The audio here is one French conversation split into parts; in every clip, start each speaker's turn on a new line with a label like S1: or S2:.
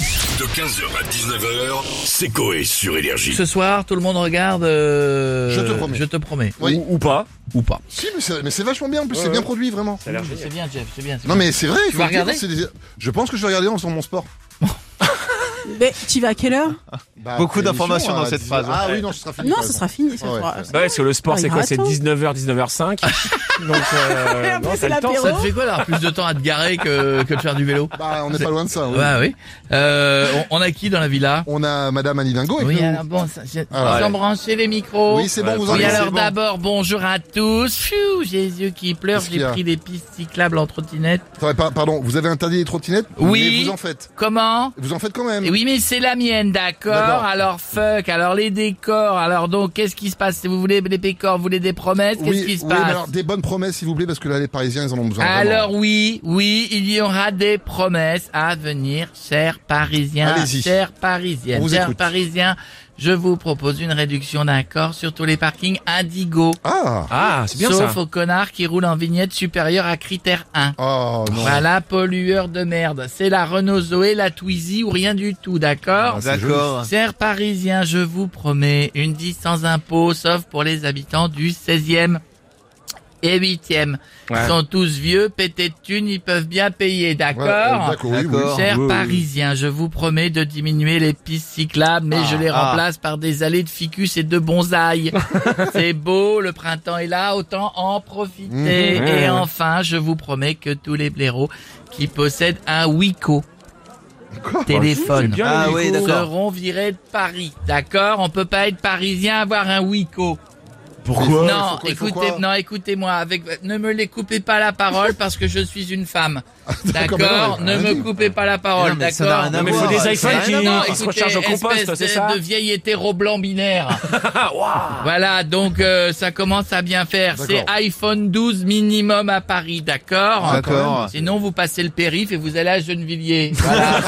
S1: De 15h à 19h, c'est Coé sur Énergie.
S2: Ce soir, tout le monde regarde. euh,
S3: Je te promets.
S2: Je te promets.
S3: Oui.
S4: Ou, ou pas.
S2: Ou pas.
S3: Si, mais c'est, mais c'est vachement bien, en plus c'est bien produit, vraiment.
S2: C'est bien, Jeff. C'est bien. c'est
S3: Non
S2: bien.
S3: mais c'est vrai, il
S2: Tu
S3: faut
S2: vas
S3: le dire,
S2: regarder
S3: c'est des- Je pense que je vais regarder dans mon sport.
S5: Mais tu vas à quelle heure
S3: Bah,
S6: Beaucoup
S3: après
S6: d'informations
S3: l'émission,
S6: dans
S3: à
S6: cette
S3: 19.
S2: hein.
S6: phrase.
S3: Ah oui, non, ce sera fini.
S5: Non,
S3: par
S5: ce
S3: exemple.
S5: sera fini. Ce
S3: Ah ouais,
S5: soir.
S3: ouais.
S4: Bah ouais, parce que le sport,
S5: Ah,
S4: c'est
S5: il
S4: quoi
S5: rate
S4: C'est
S5: tout.
S4: 19h, 19h05. Donc, euh,
S5: Après,
S4: non,
S5: c'est
S4: t'as le temps.
S5: l'apéro.
S2: Ça te fait quoi d'avoir plus de temps à te garer que, que de faire du vélo
S3: Bah, on n'est pas loin de ça. oui.
S2: Bah oui. Euh, on, on a qui dans la villa
S3: On a Madame Annie Dingo avec
S2: Oui, Oh.
S3: nous.
S2: alors bon, ça- j'ai-
S3: Ah,
S2: sans
S3: ouais.
S2: brancher les micros.
S3: Oui, c'est bon,
S4: Ouais,
S3: vous en
S2: Oui,
S3: avez,
S2: alors
S3: c'est bon.
S2: d'abord, bonjour à tous. Pfiou, j'ai les yeux qui pleurent,
S3: Qu'est-ce
S2: j'ai
S3: qu'il y a
S2: pris des pistes cyclables en trottinette.
S3: Attendez, par- Pardon, vous avez interdit les trottinettes
S2: Oui.
S3: Mais vous en faites.
S2: Comment
S3: Vous en faites quand même.
S2: Eh Oui, mais c'est la mienne, d'accord
S3: Hum. D'accord.
S2: Alors fuck, alors les décors, alors donc qu'est-ce qui se passe Vous voulez des décors, vous voulez des promesses Qu'est-ce
S3: oui,
S2: qui se
S3: oui, mais
S2: passe
S3: alors des bonnes promesses, s'il vous plaît, parce que là, les Parisiens, ils en ont besoin. vraiment.
S2: Alors oui, oui, il y aura des promesses à venir, chers Parisiens,
S3: Allez-y.
S2: chers Parisiennes,
S3: On vous
S2: chers
S3: écoute.
S2: Parisiens. Je vous propose une réduction d'accord sur tous les parkings Indigo,
S3: Ah.
S4: Ah, c'est bien
S2: sauf
S4: ça.
S2: aux connards qui roulent en vignette supérieure à critère 1.
S3: Oh non.
S2: Voilà, pollueur de merde. C'est la Renault Zoé, la Twizy ou rien du tout, d'accord
S6: D'accord.
S2: Chers Parisiens, je vous promets une 10 sans impôt, sauf pour les habitants du 16e et 8e.
S4: Ouais.
S2: Ils sont tous vieux, pétés de thunes, ils peuvent bien payer,
S3: Ouais, euh,
S2: d'accord
S3: D'accord, oui, oui.
S6: D'accord.
S2: Chers
S4: oui, oui.
S2: Parisiens, je vous promets de diminuer les pistes cyclables, mais je les
S6: ah.
S2: remplace par des allées de ficus et de bonsaï. C'est beau, le printemps est là, autant en profiter.
S4: Mmh.
S2: Et
S4: Mmh.
S2: enfin, je vous promets que tous les blaireaux qui possèdent un Wico
S4: C'est
S2: téléphone
S4: bien
S6: Ah
S4: le
S6: oui,
S4: Nico.
S6: d'accord.
S2: seront virés de Paris. D'accord On peut pas être parisien avoir un Wico.
S3: Pourquoi
S2: non,
S3: Il faut quoi, il faut
S2: écoutez,
S3: quoi
S2: non, écoutez-moi. Avec, ne me les coupez pas la parole parce que je suis une femme.
S3: d'accord, mais non,
S2: D'accord
S3: mais
S2: Ne
S3: rien
S2: me
S3: dit.
S2: coupez pas la parole.
S6: Mais non, mais ça n'a
S2: D'accord
S6: rien à
S4: Non, mais faut
S6: voir.
S4: des
S6: Ça n'a
S4: iPhones
S6: rien
S4: qui,
S6: à voir.
S4: qui se rechargent au
S2: écoutez,
S4: compost,
S2: espèce
S4: c'est
S2: de-
S4: ça
S2: De vieil hétéro blanc binaire. Voilà, donc euh, ça commence à bien faire. C'est
S3: D'accord.
S2: iPhone 12 minimum à Paris, d'accord
S6: D'accord.
S2: Sinon, vous passez le périph' et vous allez à Gennevilliers. Voilà.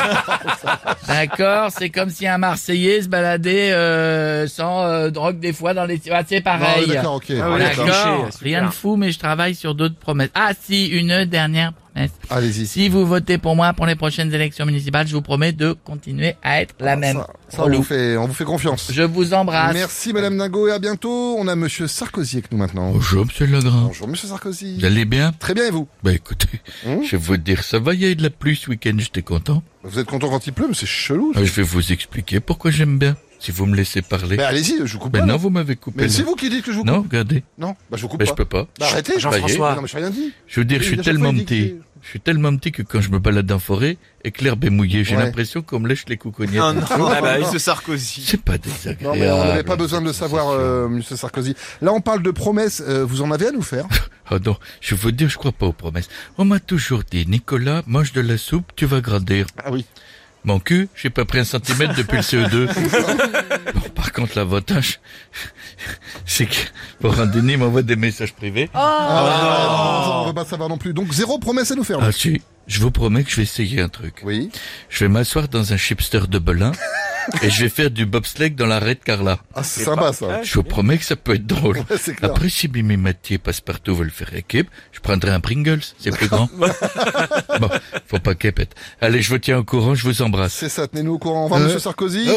S2: D'accord C'est comme si un Marseillais se baladait euh, sans euh, drogue des fois dans les... Ah, c'est
S3: Non,
S2: pareil. Ah
S3: mais D'accord, ok.
S4: ouais,
S3: D'accord.
S2: D'accord,
S4: Cliché,
S2: rien de fou, mais je travaille sur d'autres promesses. Ah si, une dernière promesse.
S3: Allez-y.
S2: Si vous votez pour moi pour les prochaines élections municipales, je vous promets de continuer à être la même.
S3: Ah, Ça, ça, on,
S2: Relou.
S3: vous fait, on vous fait confiance.
S2: Je vous embrasse.
S3: Merci Madame Dingo et à bientôt. On a Monsieur Sarkozy avec nous maintenant.
S7: Bonjour, monsieur Legrand.
S3: Bonjour Monsieur Sarkozy.
S7: Vous allez bien
S3: Très bien et vous
S7: Bah écoutez,
S3: Hmm
S7: je vais vous dire, ça va, il y a eu de la pluie ce week-end, j'étais content.
S3: Vous êtes content quand il pleut, mais c'est chelou. ça.
S7: Ah, je vais vous expliquer pourquoi j'aime bien, si vous me laissez parler.
S3: Mais allez-y, je vous coupe
S7: Ben
S3: pas.
S7: non,
S3: là.
S7: vous m'avez coupé.
S3: Mais c'est
S7: là.
S3: vous qui dites que je vous coupe.
S7: Non, regardez,
S3: Non, bah je vous coupe
S7: ben, je
S3: pas.
S7: peux pas.
S3: Bah, arrêtez,
S4: Jean-François.
S3: Non, mais j'ai rien dit.
S7: Je veux dire,
S3: Oui,
S7: je
S3: mais
S7: suis
S3: à chaque fois,
S7: tellement
S3: il dit
S7: petit, je suis tellement petit que quand je me balade en forêt et que l'herbe est mouillée, j'ai
S3: Ouais.
S7: l'impression qu'on me lèche les coucougnettes.
S6: Non, non. Ah bah, il se
S7: C'est
S6: Sarkozy.
S7: pas
S3: Non,
S7: désagréable.
S3: mais euh, on n'avait pas besoin de le savoir, euh, Monsieur Sarkozy. Là, on parle de promesses. euh, vous en avez à nous faire
S7: Ah non, je veux dire, je crois pas aux promesses. On m'a toujours dit, Nicolas, mange de la soupe, tu vas grandir.
S3: Ah oui.
S7: Mon cul, j'ai pas pris un centimètre depuis le CE2. Bon, par contre, l'avantage, c'est que pour un déni, il m'envoie des messages privés.
S3: Ah, non, ça, on veut pas savoir non plus. Donc zéro promesse à nous faire.
S7: Ah si, je vous promets que je vais essayer un truc.
S3: Oui.
S7: Je vais m'asseoir dans un chipster de Belin et je vais faire du bobsleigh dans l'arrêt de Carla.
S3: Ah, c'est sympa ça.
S7: Je vous promets que ça peut être drôle.
S3: Ouais, c'est clair.
S7: Après, si Mimi Mathieu passe partout, veut le faire équipe, je prendrai un Pringles, c'est plus grand. bon, faut pas qu'elle pète. Allez, je vous tiens au courant, je vous embrasse.
S3: C'est ça, tenez-nous au courant. Au
S7: Euh,
S3: revoir, Monsieur Sarkozy.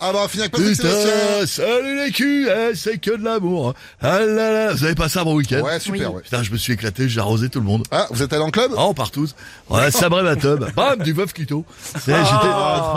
S3: Ah bah, on finit avec Patrick Sébastien.
S7: salut les culs, hein, c'est que de l'amour. Ah là là, vous avez passé un bon week-end
S3: Ouais, super, ouais.
S7: Putain, je me suis éclaté, j'ai arrosé tout le monde.
S3: Ah, vous êtes allé en club
S7: Ah, on part tous. On a sabré ma tub. Bam, du veuf Quito. C'est- J'étais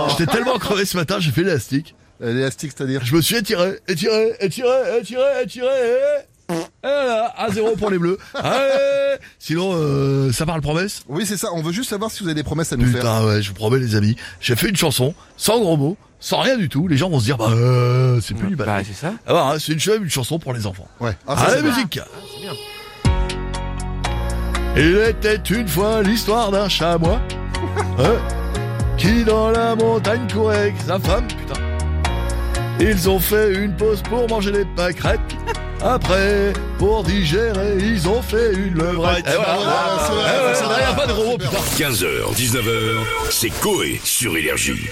S7: j'étais tellement crevé ce matin, j'ai fait l'élastique.
S3: L'élastique, Euh, c'est-à-dire
S7: Je me suis étiré, étiré, étiré, étiré, étiré. et- et eh. voilà, à zéro pour les bleus. Allez Sinon, euh, ça parle promesse
S3: Oui, c'est ça. On veut juste savoir si vous avez des promesses à nous faire.
S7: Putain, ouais, je vous promets les amis, j'ai fait une chanson, sans gros mots, sans rien du tout. Les gens vont se dire, bah, euh, c'est plus du
S4: Bah, c'est ça.
S7: Ah bah, c'est une, ch- une chanson pour les enfants.
S3: Ouais. Ah, ça,
S7: Ah, la
S3: c'est-
S7: musique Ah, Il était une fois l'histoire d'un chamois hein, qui dans la montagne courait avec sa femme, putain. Ils ont fait une pause pour manger des pâquerettes. Après, pour digérer, ils ont fait une levrette. Et voilà.
S3: Ah, c'est vrai,
S7: Eh ouais,
S3: c'est
S7: là, y a
S3: vrai.
S7: pas de gros mots, putain.
S1: 15h, 19h, c'est Coé sur Énergie.